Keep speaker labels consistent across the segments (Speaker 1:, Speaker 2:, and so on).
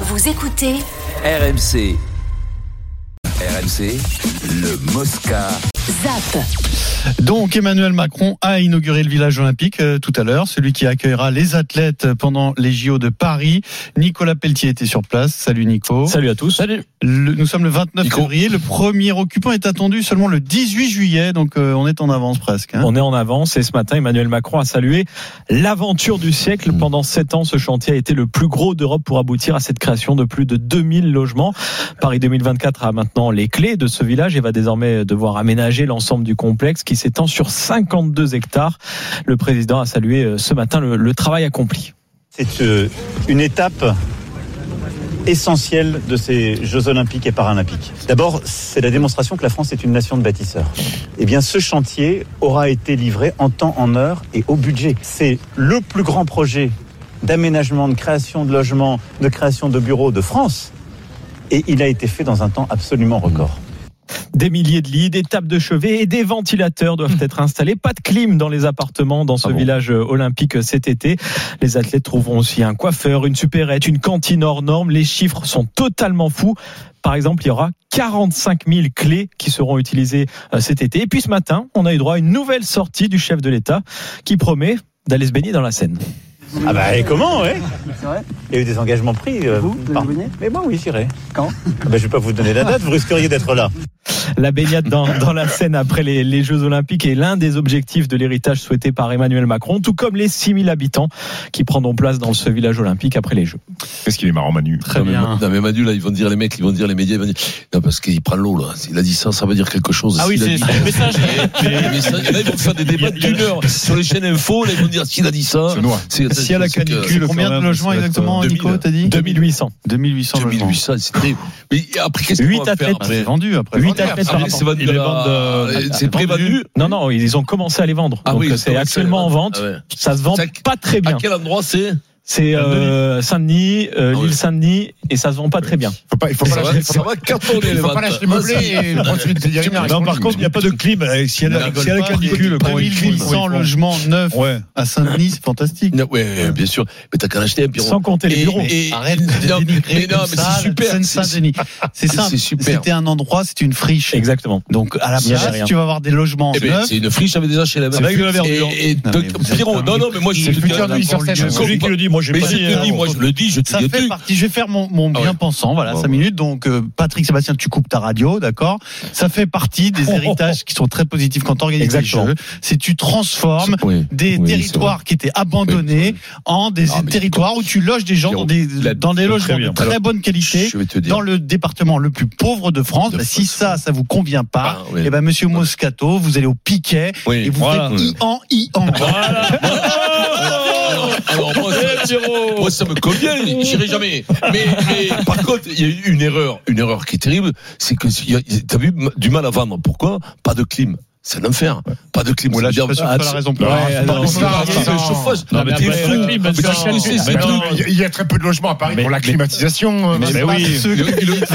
Speaker 1: Vous écoutez
Speaker 2: RMC. RMC, le Mosca.
Speaker 1: ZAP.
Speaker 3: Donc Emmanuel Macron a inauguré le village olympique euh, tout à l'heure, celui qui accueillera les athlètes pendant les JO de Paris. Nicolas Pelletier était sur place. Salut Nico.
Speaker 4: Salut à tous. Salut.
Speaker 3: Le- nous sommes le 29
Speaker 4: Nico.
Speaker 3: février. Le premier occupant est attendu seulement le 18 juillet, donc euh, on est en avance presque. hein.
Speaker 4: On est en avance et ce matin, Emmanuel Macron a salué l'aventure du siècle. Pendant sept ans, ce chantier a été le plus gros d'Europe pour aboutir à cette création de plus de 2000 logements. Paris 2024 a maintenant les clés de ce village et va désormais devoir aménager l'ensemble du complexe qui s'étend sur 52 hectares. Le président a salué euh, ce matin le, le travail accompli.
Speaker 5: C'est euh, une étape essentielle de ces Jeux olympiques et paralympiques. D'abord, c'est la démonstration que la France est une nation de bâtisseurs. Eh bien, ce chantier aura été livré en temps, en heure et au budget. C'est le plus grand projet d'aménagement, de création de logements, de création de bureaux de France. Et il a été fait dans un temps absolument record.
Speaker 4: Des milliers de lits, des tables de chevet et des ventilateurs doivent être installés. Pas de clim dans les appartements dans ce
Speaker 2: Mmh. Ah bon
Speaker 4: village euh, olympique cet été. Les athlètes trouveront aussi un coiffeur, une supérette, une cantine hors norme. Les chiffres sont totalement fous. Par exemple, il y aura 45 000 clés qui seront utilisées euh, cet été. Et puis ce matin, on a eu droit à une nouvelle sortie du chef de l'État qui promet d'aller se baigner dans la Seine.
Speaker 5: Ah bah et comment, ouais
Speaker 6: C'est vrai
Speaker 5: Il y a eu des engagements pris. euh,
Speaker 6: Vous, vous
Speaker 5: par-
Speaker 6: vous venez
Speaker 5: Mais moi, oui, j'irai.
Speaker 6: Quand
Speaker 5: Ah bah, Je vais pas vous donner la date, vous risqueriez d'être là.
Speaker 4: La baignade dans, dans la Seine après les, les Jeux Olympiques est l'un des objectifs de l'héritage souhaité par Emmanuel Macron, tout comme les 6000 habitants qui prendront place dans ce village olympique après les Jeux.
Speaker 7: Qu'est-ce qu'il est marrant, Manu
Speaker 3: Très
Speaker 8: non, mais-
Speaker 3: bien.
Speaker 8: non, mais Manu, là, ils vont dire, les mecs, ils vont dire, les médias, ils vont dire, non, parce qu'il prend l'eau, là. S'il a dit ça, ça veut dire quelque chose.
Speaker 3: Ah oui,
Speaker 8: S'il a
Speaker 3: c'est-
Speaker 8: dit-
Speaker 3: c'est le
Speaker 8: Mais ça, Là, ils vont faire des débats d'une heure sur les chaînes info, là, ils vont dire, s'il a dit ça.
Speaker 7: C'est noir.
Speaker 8: c'est- euh,
Speaker 3: Si à la
Speaker 8: c'est que-
Speaker 3: canicule, combien de logements exactement,
Speaker 8: euh,
Speaker 3: Nico
Speaker 8: 2000,
Speaker 3: T'as dit
Speaker 4: 2800.
Speaker 3: 2800 logements.
Speaker 8: 2800, c'était. Mais après, qu'est-ce
Speaker 4: Huit
Speaker 8: qu'on va faire
Speaker 4: athlètes.
Speaker 3: C'est
Speaker 8: après
Speaker 3: vendu
Speaker 9: Bah,
Speaker 3: après.
Speaker 4: Huit
Speaker 8: Après,
Speaker 4: athlètes par
Speaker 8: après,
Speaker 4: rapport.
Speaker 8: c'est vendu
Speaker 4: Ils les
Speaker 8: à-
Speaker 4: vendent,
Speaker 9: ah,
Speaker 4: euh,
Speaker 8: C'est pré-vendu.
Speaker 4: Non, non, ils ont commencé à les vendre.
Speaker 8: Ah
Speaker 4: Donc,
Speaker 8: oui,
Speaker 4: euh,
Speaker 8: ils
Speaker 4: c'est
Speaker 8: ont commencé à les
Speaker 4: actuellement en vente.
Speaker 8: vendre. Ah ouais.
Speaker 4: Ça se vend
Speaker 8: Ça-
Speaker 4: pas très
Speaker 8: À
Speaker 4: bien.
Speaker 8: quel endroit c'est
Speaker 4: C'est euh, Saint-Denis, euh,
Speaker 8: Ah ouais.
Speaker 4: l'île Saint-Denis, et ça se vend pas très bien.
Speaker 7: Faut pas, il faut
Speaker 8: Ça
Speaker 7: pas
Speaker 8: va-
Speaker 7: lâcher,
Speaker 8: Ça va cartonner les
Speaker 7: faut pas
Speaker 8: ventes.
Speaker 7: lâcher le meublé et prendre une cigarette.
Speaker 3: Ah,
Speaker 9: Non, par contre, il n'y a pas de clim. Euh, S'il y a la, s'il y a la canicule, comment ils font,
Speaker 3: 2800
Speaker 9: comment ils font
Speaker 3: logements neufs
Speaker 9: Ouais.
Speaker 3: à Saint-Denis, c'est fantastique.
Speaker 8: Non, Ouais, bien sûr. Mais t'as qu'à l'acheter un bureau.
Speaker 4: Sans compter les bureaux.
Speaker 8: Et-
Speaker 3: Arrête de
Speaker 8: non,
Speaker 3: dénigrer
Speaker 8: mais non,
Speaker 3: comme
Speaker 8: mais
Speaker 3: ça,
Speaker 8: c'est super,
Speaker 3: la
Speaker 8: c'est-
Speaker 3: Seine-Saint-Denis. C'est
Speaker 8: c'est-
Speaker 3: simple.
Speaker 8: c'est super.
Speaker 3: C'était un endroit, c'était une friche.
Speaker 4: Exactement.
Speaker 3: Donc à la
Speaker 4: Il y avait
Speaker 3: place,
Speaker 4: rien.
Speaker 3: tu vas avoir des logements
Speaker 8: Eh ben,
Speaker 3: neufs.
Speaker 8: c'est une friche avec déjà chez la
Speaker 3: C'est avec de la verdure.
Speaker 8: Et, et
Speaker 3: hein. Non,
Speaker 8: donc,
Speaker 3: mais vous êtes
Speaker 8: Pierrot,
Speaker 3: un
Speaker 8: non, non, mais moi, je
Speaker 3: mec.
Speaker 8: suis
Speaker 3: Le futur
Speaker 8: le gars-
Speaker 3: du Sarcelle,
Speaker 8: je
Speaker 3: je
Speaker 8: comprends
Speaker 9: Celui qui
Speaker 8: pas.
Speaker 9: le dit, moi, j'ai
Speaker 8: Mais
Speaker 9: pas
Speaker 8: je
Speaker 9: dit.
Speaker 8: te
Speaker 9: hein.
Speaker 8: dis, moi, je le dis, je
Speaker 3: Ça
Speaker 8: te
Speaker 3: fait
Speaker 8: dis.
Speaker 3: partie. Je vais faire mon, mon
Speaker 8: Ah
Speaker 3: bien
Speaker 8: ouais.
Speaker 3: pensant. Voilà,
Speaker 8: Ouais,
Speaker 3: cinq
Speaker 8: ouais.
Speaker 3: minutes. Donc, euh, Patrick Sébastien, tu coupes ta radio, d'accord Ça fait partie des héritages qui sont très positifs quand on organise les
Speaker 4: Exactement.
Speaker 3: jeux. C'est tu transformes
Speaker 8: Oui,
Speaker 3: des
Speaker 8: oui,
Speaker 3: territoires qui étaient abandonnés en des
Speaker 8: Ah, mais
Speaker 3: territoires où tu loges des gens dans des,
Speaker 8: la-
Speaker 3: dans des
Speaker 8: très
Speaker 3: logements
Speaker 8: bien.
Speaker 3: de très
Speaker 8: Alors,
Speaker 3: bonne
Speaker 8: c'est vrai.
Speaker 3: qualité.
Speaker 8: Je vais te dire.
Speaker 3: Dans le département le plus pauvre de France,
Speaker 8: De
Speaker 3: bah, si
Speaker 8: France.
Speaker 3: ça, ça vous convient pas,
Speaker 8: Ah, ouais.
Speaker 3: eh ben Monsieur Moscato, vous allez au piquet
Speaker 8: Oui.
Speaker 3: et vous
Speaker 8: Voilà. Ah,
Speaker 3: faites i-en, i-en.
Speaker 8: Alors, moi,
Speaker 3: Eh,
Speaker 8: ça, moi, ça me convient, j'irai jamais. Mais, mais, par contre, il y a eu une erreur, une erreur qui est terrible, c'est que il y a- t'as vu du mal à vendre. Pourquoi Pas de clim. C'est l'enfer. Pas de clim. Ah,
Speaker 3: Bon, là, je suis pas sûr que ce soit la raison pour laquelle.
Speaker 4: alors,
Speaker 3: Pardon,
Speaker 4: c'est
Speaker 3: Sarah,
Speaker 4: pas
Speaker 3: il y a
Speaker 4: ça.
Speaker 3: eu le chauffage.
Speaker 8: chauffage.
Speaker 4: Non, mais
Speaker 8: Mais tu
Speaker 4: après,
Speaker 8: fous.
Speaker 4: euh,
Speaker 8: Mais tu sais ce que c'est, c'est
Speaker 7: Mais
Speaker 8: tout.
Speaker 7: non, Il y a- il y a très peu de logements à Paris
Speaker 4: Mais-
Speaker 7: pour la
Speaker 4: mais-
Speaker 7: climatisation. euh,
Speaker 3: Mais oui.
Speaker 8: Le réchauffement climatique,
Speaker 9: hein.
Speaker 8: c'est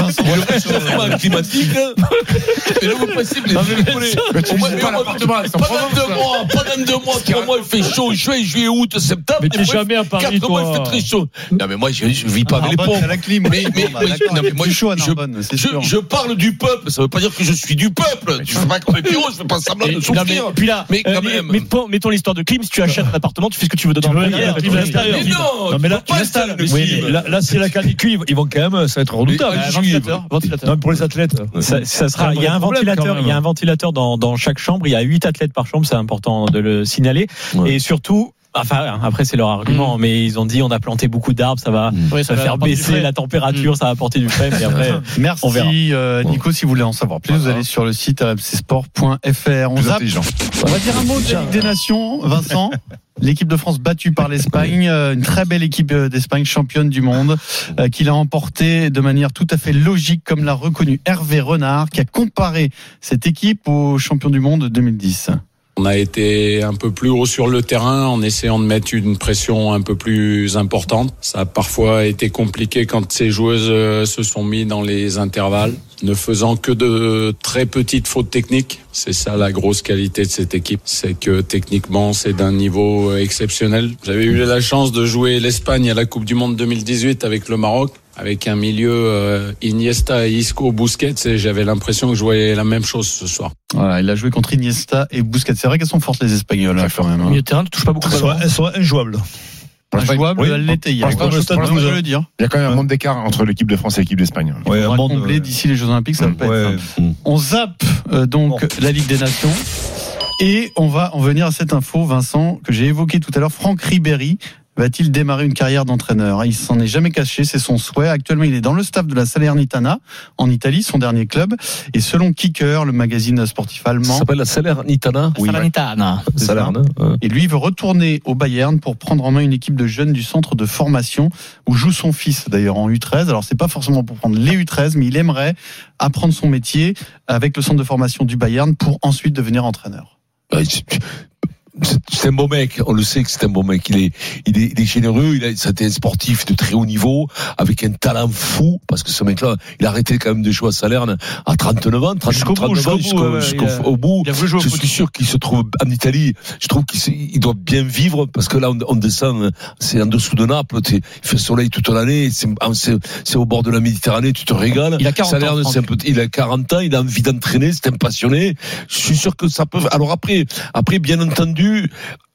Speaker 8: impossible. les Japonais.
Speaker 7: Mais tu
Speaker 8: Au moins, mais au
Speaker 7: visites pas
Speaker 8: moins,
Speaker 7: l'appartement, c'est en
Speaker 8: Pendant
Speaker 7: Provence,
Speaker 8: deux
Speaker 7: ça.
Speaker 8: mois, pendant deux mois, trois mois, il fait chaud, juillet, juillet, août, septembre.
Speaker 9: Mais
Speaker 8: des
Speaker 9: t'es
Speaker 8: fois,
Speaker 9: jamais à Paris,
Speaker 8: Quatre mois, il
Speaker 9: toi. bah,
Speaker 8: fait très chaud. Non, mais moi, je, je vis pas
Speaker 3: Ah,
Speaker 8: avec les
Speaker 3: Narbonne,
Speaker 8: pauvres.
Speaker 3: t'as la clim.
Speaker 8: Mais, mais,
Speaker 3: Bon, bah,
Speaker 8: mais-
Speaker 3: d'accord,
Speaker 8: non,
Speaker 3: il
Speaker 8: mais
Speaker 3: fait
Speaker 8: moi,
Speaker 3: plus
Speaker 8: je,
Speaker 3: chaud à
Speaker 8: je-
Speaker 3: Narbonne, c'est
Speaker 8: je-
Speaker 3: sûr.
Speaker 8: je parle du peuple. Ça veut pas dire que je suis du peuple. Je fais pas comme les bureaux, je fais pas semblant de
Speaker 9: Non, mais-
Speaker 8: souffrir.
Speaker 9: Puis là,
Speaker 8: Mais quand
Speaker 9: euh,
Speaker 8: même.
Speaker 9: mettons- mettons l'histoire de clim. Si tu achètes un appartement, tu fais ce que tu veux dedans.
Speaker 4: Tu veux
Speaker 9: Après,
Speaker 4: dire,
Speaker 9: il y a la
Speaker 4: tu
Speaker 9: clim à
Speaker 4: veux-
Speaker 9: l'extérieur.
Speaker 8: Mais non,
Speaker 9: Non, mais là,
Speaker 8: tu
Speaker 9: tu
Speaker 8: peux pas
Speaker 9: l'installes.
Speaker 8: installer le
Speaker 9: Oui,
Speaker 8: clim.
Speaker 9: mais Là, là, si la canicule, ils vont quand même, ça va être redoutable.
Speaker 8: Mais-
Speaker 9: Euh,
Speaker 8: Ah,
Speaker 9: ventilateur, ventilateur. Non, mais pour les athlètes.
Speaker 4: Ça, ça sera.
Speaker 9: un
Speaker 4: Il y a un
Speaker 9: problème, hein. quand
Speaker 4: ventilateur.
Speaker 9: même.
Speaker 4: Il y a un ventilateur dans, dans chaque chambre. Il y a huit athlètes par chambre. C'est important de le signaler.
Speaker 8: Ouais.
Speaker 4: Et surtout, enfin, après c'est leur
Speaker 9: Mm.
Speaker 4: argument, mais ils ont dit on a planté beaucoup d'arbres, ça va, ça va faire baisser la
Speaker 9: Mm.
Speaker 4: température, ça va apporter du frais. Mais après,
Speaker 3: Merci
Speaker 4: On verra.
Speaker 3: euh, Nico, si vous voulez en savoir plus, vous allez sur le site euh, rmcsport.fr. On
Speaker 7: Plus
Speaker 3: zappe.
Speaker 7: intelligent.
Speaker 3: On va dire un mot de la Ligue des Nations, Vincent. L'équipe de France battue par l'Espagne, euh, une très belle équipe euh, d'Espagne championne du monde, euh, qui l'a emportée de manière tout à fait logique, comme l'a reconnu Hervé Renard, qui a comparé cette équipe aux champions du monde 2010.
Speaker 10: On a été un peu plus haut sur le terrain en essayant de mettre une pression un peu plus importante. Ça a parfois été compliqué quand ces joueuses euh, se sont mis dans les intervalles, ne faisant que de très petites fautes techniques. C'est ça la grosse qualité de cette équipe, c'est que techniquement c'est d'un euh, niveau exceptionnel. J'avais eu la chance de jouer l'Espagne à la Coupe du Monde 2018 avec le Maroc. avec un milieu euh, Iniesta, Isco, Busquets, et j'avais l'impression que je voyais la même chose ce soir.
Speaker 3: Voilà, il a joué contre Iniesta et Busquets. C'est vrai qu'elles sont fortes les Espagnols là, quand même. hein.
Speaker 4: Milieu de terrain, tu touches pas beaucoup
Speaker 9: Elles
Speaker 4: de
Speaker 9: sont,
Speaker 4: ballon.
Speaker 9: elles sont injouables.
Speaker 3: Jouable,
Speaker 9: Oui.
Speaker 3: elle l'était hier.
Speaker 9: Pour l'instant, le stade
Speaker 3: Pour l'instant,
Speaker 9: nous a-
Speaker 3: je le dire.
Speaker 7: Il y a quand même un monde d'écart entre l'équipe de France et l'équipe d'Espagne.
Speaker 9: Ouais,
Speaker 3: On
Speaker 9: un
Speaker 3: va
Speaker 9: monde,
Speaker 3: combler
Speaker 9: euh,
Speaker 3: d'ici les Jeux Olympiques, ça va pas être
Speaker 9: ouais.
Speaker 3: simple. On zappe euh, donc
Speaker 9: Bon.
Speaker 3: la Ligue des Nations. Et on va en venir à cette info, Vincent, que j'ai évoquée tout à l'heure. Franck Ribéry va-t-il démarrer une carrière d'entraîneur Il s'en est jamais caché, c'est son souhait. Actuellement, il est dans le staff de la Salernitana, en Italie, son dernier club. Et selon Kicker, le magazine sportif
Speaker 8: Ça
Speaker 3: allemand,
Speaker 8: s'appelle la Salernitana.
Speaker 4: Salernitana.
Speaker 8: Salerne. hein.
Speaker 3: et lui veut retourner au Bayern pour prendre en main une équipe de jeunes du centre de formation où joue son fils d'ailleurs en U13. Alors c'est pas forcément pour prendre les U13, mais il aimerait apprendre son métier avec le centre de formation du Bayern pour ensuite devenir entraîneur.
Speaker 8: Bah, c'est- c'est- C'est un bon mec, on le sait que c'est un bon mec. Il est, il est, il est généreux, il a, c'était un sportif de très haut niveau, avec un talent fou, parce que ce mec-là, il a arrêté quand même de jouer à Salerne à 39 ans, 30,
Speaker 4: Jusqu'au bout,
Speaker 8: 39 ans,
Speaker 4: jusqu'au bout, ouais, ouais,
Speaker 8: jusqu'au
Speaker 4: il a-
Speaker 8: au bout.
Speaker 4: Il a voulu jouer au
Speaker 8: Je
Speaker 4: foot.
Speaker 8: suis sûr qu'il se trouve en Italie. Je trouve qu'il se- il doit bien vivre parce que là, on, on descend, euh, c'est en dessous de Naples. t'es- Il fait soleil toute l'année. C'est en- c'est- c'est au bord de la Méditerranée. Tu te régales.
Speaker 4: Il a 40
Speaker 8: Salerne,
Speaker 4: ans, Franck.
Speaker 8: c'est un peu- il a 40 ans. Il a envie d'entraîner. C'est un passionné. Je suis sûr que ça peut. Alors après, après, bien entendu.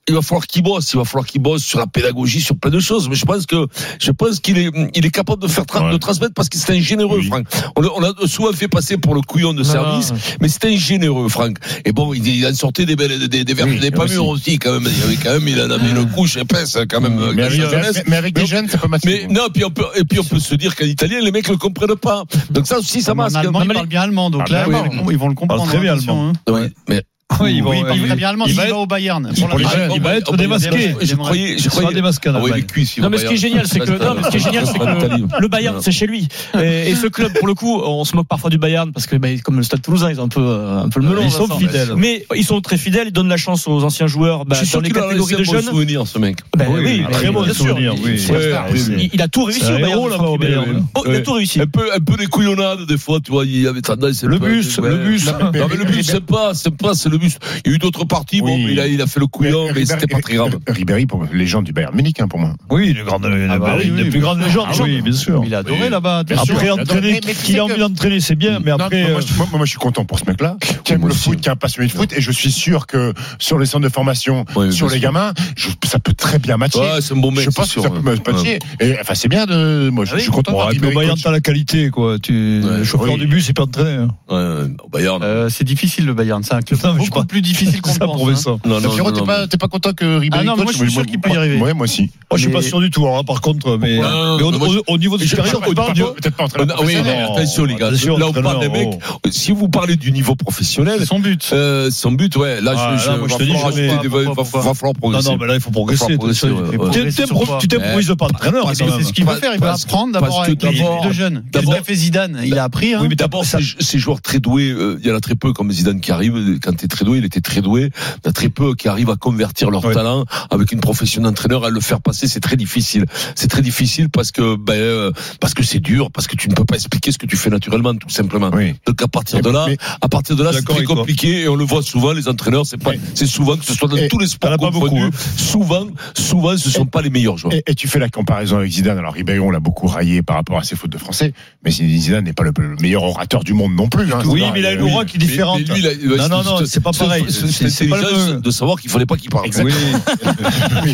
Speaker 8: Il va falloir qu'il bosse, il va falloir qu'il bosse sur la pédagogie, sur plein de choses. Mais je pense que je pense qu'il est il est capable de faire tra-
Speaker 7: Ouais.
Speaker 8: de transmettre parce qu'il c'est un généreux,
Speaker 7: Oui.
Speaker 8: Franck. On l'a- on l'a souvent fait passer pour le couillon de service, mais c'était un généreux, Franck. Et bon, il, il en sortait des belles, des, des vertes,
Speaker 7: Oui,
Speaker 8: des pas
Speaker 7: aussi.
Speaker 8: mûres aussi, quand même. Il y avait quand même, il en avait une couche épaisse, quand même. euh,
Speaker 7: Mais
Speaker 8: dans
Speaker 7: avec,
Speaker 8: sa jeunesse.
Speaker 7: mais avec des jeunes, c'est pas
Speaker 8: Mais
Speaker 7: massif.
Speaker 8: non, puis on peut, et puis on peut se dire qu'en italien, les mecs le comprennent pas. Donc ça aussi, ça
Speaker 3: En
Speaker 8: masque.
Speaker 3: allemand, il parle bien allemand, donc
Speaker 7: Ah,
Speaker 3: là,
Speaker 7: bah
Speaker 3: ils,
Speaker 7: oui.
Speaker 3: vont, ils vont le comprendre.
Speaker 9: Parle très bien
Speaker 3: attention,
Speaker 9: allemand.
Speaker 3: hein.
Speaker 8: Ouais, mais-
Speaker 9: Ouais, ils vont-
Speaker 3: Oui, il parle
Speaker 9: ils-
Speaker 3: très bien allemand,
Speaker 9: il
Speaker 3: il
Speaker 9: va
Speaker 3: va au Bayern. Pour
Speaker 9: pour les
Speaker 3: la-
Speaker 9: jeunes, il va être démasqué.
Speaker 8: Je croyais, je
Speaker 9: Il sera
Speaker 8: croyais.
Speaker 9: démasqué. en
Speaker 8: Ah ouais,
Speaker 9: Allemagne.
Speaker 8: les cuisses, il
Speaker 4: Non
Speaker 8: va
Speaker 4: mais ce qui est
Speaker 8: Bayern.
Speaker 4: génial, c'est que non, mais ce qui est génial, c'est que le Bayern,
Speaker 8: Voilà.
Speaker 4: c'est chez lui. Et, et ce club, pour le coup, on se moque parfois du Bayern parce que bah, comme le Stade Toulousain, ils ont un peu euh, un peu le melon.
Speaker 9: Ils sont
Speaker 4: Vincent.
Speaker 9: fidèles.
Speaker 4: Mais ils sont très fidèles, ils donnent la chance aux anciens joueurs bah,
Speaker 8: Je suis
Speaker 4: dans
Speaker 8: sûr
Speaker 4: les
Speaker 8: qu'il a
Speaker 4: catégories de
Speaker 8: laissé un bon
Speaker 4: jeunes.
Speaker 8: souvenir, ce mec.
Speaker 4: Bah
Speaker 9: Oui,
Speaker 4: oui,
Speaker 9: un
Speaker 8: Ah,
Speaker 4: mais
Speaker 9: très bon
Speaker 4: bien sûr.
Speaker 9: souvenir,
Speaker 4: il-
Speaker 9: oui.
Speaker 4: c'est un
Speaker 8: Ouais,
Speaker 4: star.
Speaker 8: oui,
Speaker 4: Il, il a tout réussi
Speaker 9: C'est un
Speaker 4: au Bayern.
Speaker 9: héros, là-bas, au
Speaker 4: Franck Ribéry.
Speaker 9: Bayern.
Speaker 4: Oh, il a
Speaker 8: Ouais.
Speaker 4: tout réussi.
Speaker 8: Un peu, un peu des couillonnades, des fois, tu vois, il y avait tendance. un
Speaker 9: Le
Speaker 8: peu-
Speaker 9: bus,
Speaker 8: ouais.
Speaker 9: le bus.
Speaker 8: Non, mais le bus, c'est pas, c'est pas, c'est le bus. Il y a eu d'autres parties, bon,
Speaker 7: Oui.
Speaker 8: mais il a, il a fait le couillon, mais c'était pas très grave.
Speaker 7: Ribéry, pour légende du Bayern Munich, hein, pour moi.
Speaker 9: Ah, Oui, le grand, la-
Speaker 3: bah oui,
Speaker 9: une des
Speaker 3: oui,
Speaker 9: plus
Speaker 3: oui.
Speaker 9: grandes légendes.
Speaker 7: Ah oui,
Speaker 9: bien sûr.
Speaker 3: Il a adoré là-bas.
Speaker 7: Bien sûr.
Speaker 9: Après,
Speaker 7: J'adore.
Speaker 9: entraîner,
Speaker 7: Mais- mais tu
Speaker 9: qu'il
Speaker 7: sais
Speaker 9: a envie
Speaker 7: que-
Speaker 9: d'entraîner, c'est bien, mais
Speaker 7: Non,
Speaker 9: après. euh,
Speaker 3: euh,
Speaker 7: moi, je, moi, moi, je suis content pour ce mec-là, qui aime
Speaker 8: Moi
Speaker 7: le
Speaker 8: aussi.
Speaker 7: foot, qui est un passionné de foot, et je suis sûr que sur les centres de formation,
Speaker 8: Ouais,
Speaker 7: sur
Speaker 8: bien
Speaker 7: les
Speaker 8: sûr.
Speaker 7: gamins, je- ça peut très bien matcher.
Speaker 8: Ouais, c'est un bon mec.
Speaker 7: je pense
Speaker 8: Oh, c'est
Speaker 7: que
Speaker 8: sûr, euh,
Speaker 7: ça peut
Speaker 8: ouais.
Speaker 7: matcher. Et, enfin, c'est bien de. Moi, je, je suis content.
Speaker 9: Bon,
Speaker 7: d'avoir
Speaker 9: avec le
Speaker 7: Ribéry
Speaker 9: Bayern,
Speaker 7: coach.
Speaker 9: t'as la qualité, quoi. Tu,
Speaker 8: Ouais,
Speaker 9: le chauffeur
Speaker 7: oui.
Speaker 9: du bus, il peut entraîner. hein.
Speaker 8: Ouais, ouais, bah, au Bayern.
Speaker 3: Euh, c'est difficile le Bayern, c'est un club
Speaker 9: Non, mais je
Speaker 3: beaucoup
Speaker 9: crois-
Speaker 3: plus difficile qu'on
Speaker 9: C'est
Speaker 3: le
Speaker 9: ça
Speaker 3: pense.
Speaker 9: pour
Speaker 3: hein.
Speaker 9: ça.
Speaker 8: Non, non,
Speaker 7: Pierrot,
Speaker 8: non,
Speaker 7: t'es
Speaker 8: non,
Speaker 7: pas, t'es pas content que Ribéry
Speaker 3: Ah non, mais
Speaker 7: coach
Speaker 3: moi, je suis sûr qu'il peut y arriver.
Speaker 7: Ouais, moi aussi.
Speaker 9: Moi, je suis
Speaker 3: Mais-
Speaker 9: pas sûr du tout, alors là, par contre, mais,
Speaker 8: Non,
Speaker 9: mais au,
Speaker 8: mais moi, je-
Speaker 9: au- au niveau du
Speaker 8: je-
Speaker 9: supérieur,
Speaker 8: je-
Speaker 9: au-
Speaker 8: pas-
Speaker 9: au-
Speaker 8: Dieu.
Speaker 7: Peut-être pas en train
Speaker 8: non. Ah oui, mais attention, les gars.
Speaker 9: Attention,
Speaker 8: Là, on parle des mecs.
Speaker 9: entraîneur,
Speaker 8: Si vous parlez du niveau professionnel,
Speaker 3: C'est son but.
Speaker 8: euh, son but, ouais, là,
Speaker 9: Ah,
Speaker 8: je, je,
Speaker 9: là, moi, je
Speaker 8: va
Speaker 9: te dis,
Speaker 8: falloir
Speaker 9: je vais-
Speaker 8: ajouter des- va- va-
Speaker 3: pourquoi, pourquoi.
Speaker 8: va falloir
Speaker 9: Non,
Speaker 8: progresser.
Speaker 9: non, mais là, il faut progresser.
Speaker 8: Il faut
Speaker 9: attention.
Speaker 8: progresser,
Speaker 9: Tu- tu-
Speaker 8: ouais, ouais.
Speaker 3: Progresser
Speaker 9: Tu
Speaker 3: sur
Speaker 9: t'improvises pas entraîneur,
Speaker 3: Ah, mais
Speaker 9: quand
Speaker 3: c'est
Speaker 9: même.
Speaker 3: ce qu'il veut
Speaker 8: Parce-
Speaker 3: faire, il va
Speaker 8: parce-
Speaker 3: apprendre
Speaker 8: parce
Speaker 3: d'abord
Speaker 8: que
Speaker 3: avec les
Speaker 8: d'abord-
Speaker 3: de jeunes. Qu'est-ce
Speaker 8: d'abord-
Speaker 3: qu'a fait Zidane Il a appris. hein.
Speaker 9: Oui, mais
Speaker 8: D'abord, ces, ces joueurs très doués, euh, il y en a très peu, comme Zidane qui arrive, euh, quand t'es très doué, il était très doué, il y en a très peu qui arrivent à convertir leur
Speaker 9: Ouais.
Speaker 8: talent avec une profession d'entraîneur, à le faire passer, c'est très difficile. C'est très difficile parce que ben, euh, parce que c'est dur, parce que tu ne peux pas expliquer ce que tu fais naturellement, tout simplement.
Speaker 7: euh, Oui.
Speaker 8: Donc à
Speaker 9: Eh
Speaker 8: partir
Speaker 9: ben,
Speaker 8: de là,
Speaker 7: Mais-
Speaker 8: à partir de là, c'est
Speaker 9: D'accord
Speaker 8: très
Speaker 9: avec toi. Eh,
Speaker 8: compliqué et on le voit souvent, les entraîneurs, c'est pas,
Speaker 7: Oui.
Speaker 8: c'est souvent que ce soit dans
Speaker 7: Et
Speaker 8: tous les
Speaker 9: t'en
Speaker 8: sports
Speaker 9: as pas
Speaker 8: confondus,
Speaker 9: beaucoup, hein. Eh,
Speaker 8: souvent, souvent, ce sont pas les meilleurs joueurs.
Speaker 7: Et, et tu fais la comparaison avec Zidane. Alors Ribéry, on l'a beaucoup raillé par rapport à ses fautes de français, mais Zidane n'est pas le, le meilleur orateur du monde non plus. hein.
Speaker 9: Oui,
Speaker 7: Zidane,
Speaker 9: mais il a une
Speaker 7: oui.
Speaker 9: aura qui est différente.
Speaker 8: Mais- mais lui, il a-
Speaker 9: Non, non, non, c'est pas pareil.
Speaker 8: C'est
Speaker 9: C'est- c'est pas le
Speaker 8: intelligence
Speaker 9: même.
Speaker 8: de savoir qu'il fallait pas qu'il parle.
Speaker 9: Exactement.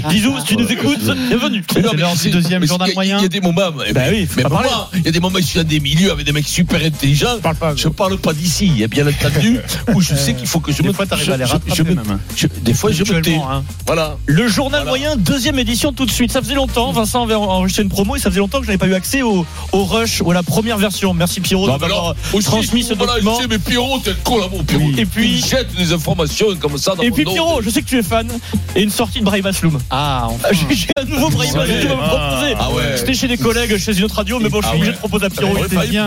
Speaker 4: Bisous, si tu nous écoutes, bienvenue.
Speaker 8: Mais non,
Speaker 3: C'est
Speaker 8: mais
Speaker 3: leur
Speaker 8: c'est-
Speaker 3: deuxième
Speaker 8: mais
Speaker 3: journal
Speaker 8: il y a-
Speaker 3: moyen.
Speaker 8: Il y a des moments. eh
Speaker 4: Bah
Speaker 8: ben,
Speaker 4: oui, faut
Speaker 8: mais
Speaker 4: pas
Speaker 8: pour
Speaker 4: parler.
Speaker 8: moi, il y a des moments, je suis dans des milieux avec des mecs super intelligents.
Speaker 7: Parle pas.
Speaker 8: Je parle pas d'ici, il y a bien entendu, où je sais qu'il faut que je
Speaker 3: Des
Speaker 8: me.
Speaker 3: fois, t'arrives
Speaker 8: je-
Speaker 3: à les
Speaker 8: je-
Speaker 3: rattraper
Speaker 8: je me-
Speaker 3: même.
Speaker 8: je- Des fois, je me tais.
Speaker 3: Actuellement, hein.
Speaker 8: Voilà.
Speaker 4: Le journal moyen, deuxième édition tout de suite. Ça faisait longtemps, Vincent avait enregistré une promo et ça faisait longtemps que je n'avais pas eu accès au, au rush ou à la première version. Merci Pierrot
Speaker 8: Non,
Speaker 4: de
Speaker 3: bah
Speaker 8: mais
Speaker 4: m'avoir
Speaker 8: Bah, alors, aussi,
Speaker 4: transmis ce
Speaker 8: voilà,
Speaker 4: document.
Speaker 8: je sais, mais Pierrot, t'es le con là, mon Pierrot.
Speaker 4: Oui. Et puis-
Speaker 8: Il jette des informations comme ça dans
Speaker 4: Et
Speaker 8: mon
Speaker 4: puis
Speaker 8: dos.
Speaker 4: Pierrot, je sais que tu es fan et une sortie de Brahim Asloum.
Speaker 3: Ah, enfin.
Speaker 4: J'ai un nouveau Brahim Asloum à me proposer.
Speaker 8: Ah ouais.
Speaker 4: C'était chez des collègues, chez une autre radio, mais bon, je suis
Speaker 8: Ah
Speaker 4: obligé
Speaker 8: ouais.
Speaker 4: de proposer à Pierrot.
Speaker 8: Ouais,
Speaker 4: C'était
Speaker 8: bah,
Speaker 4: bien.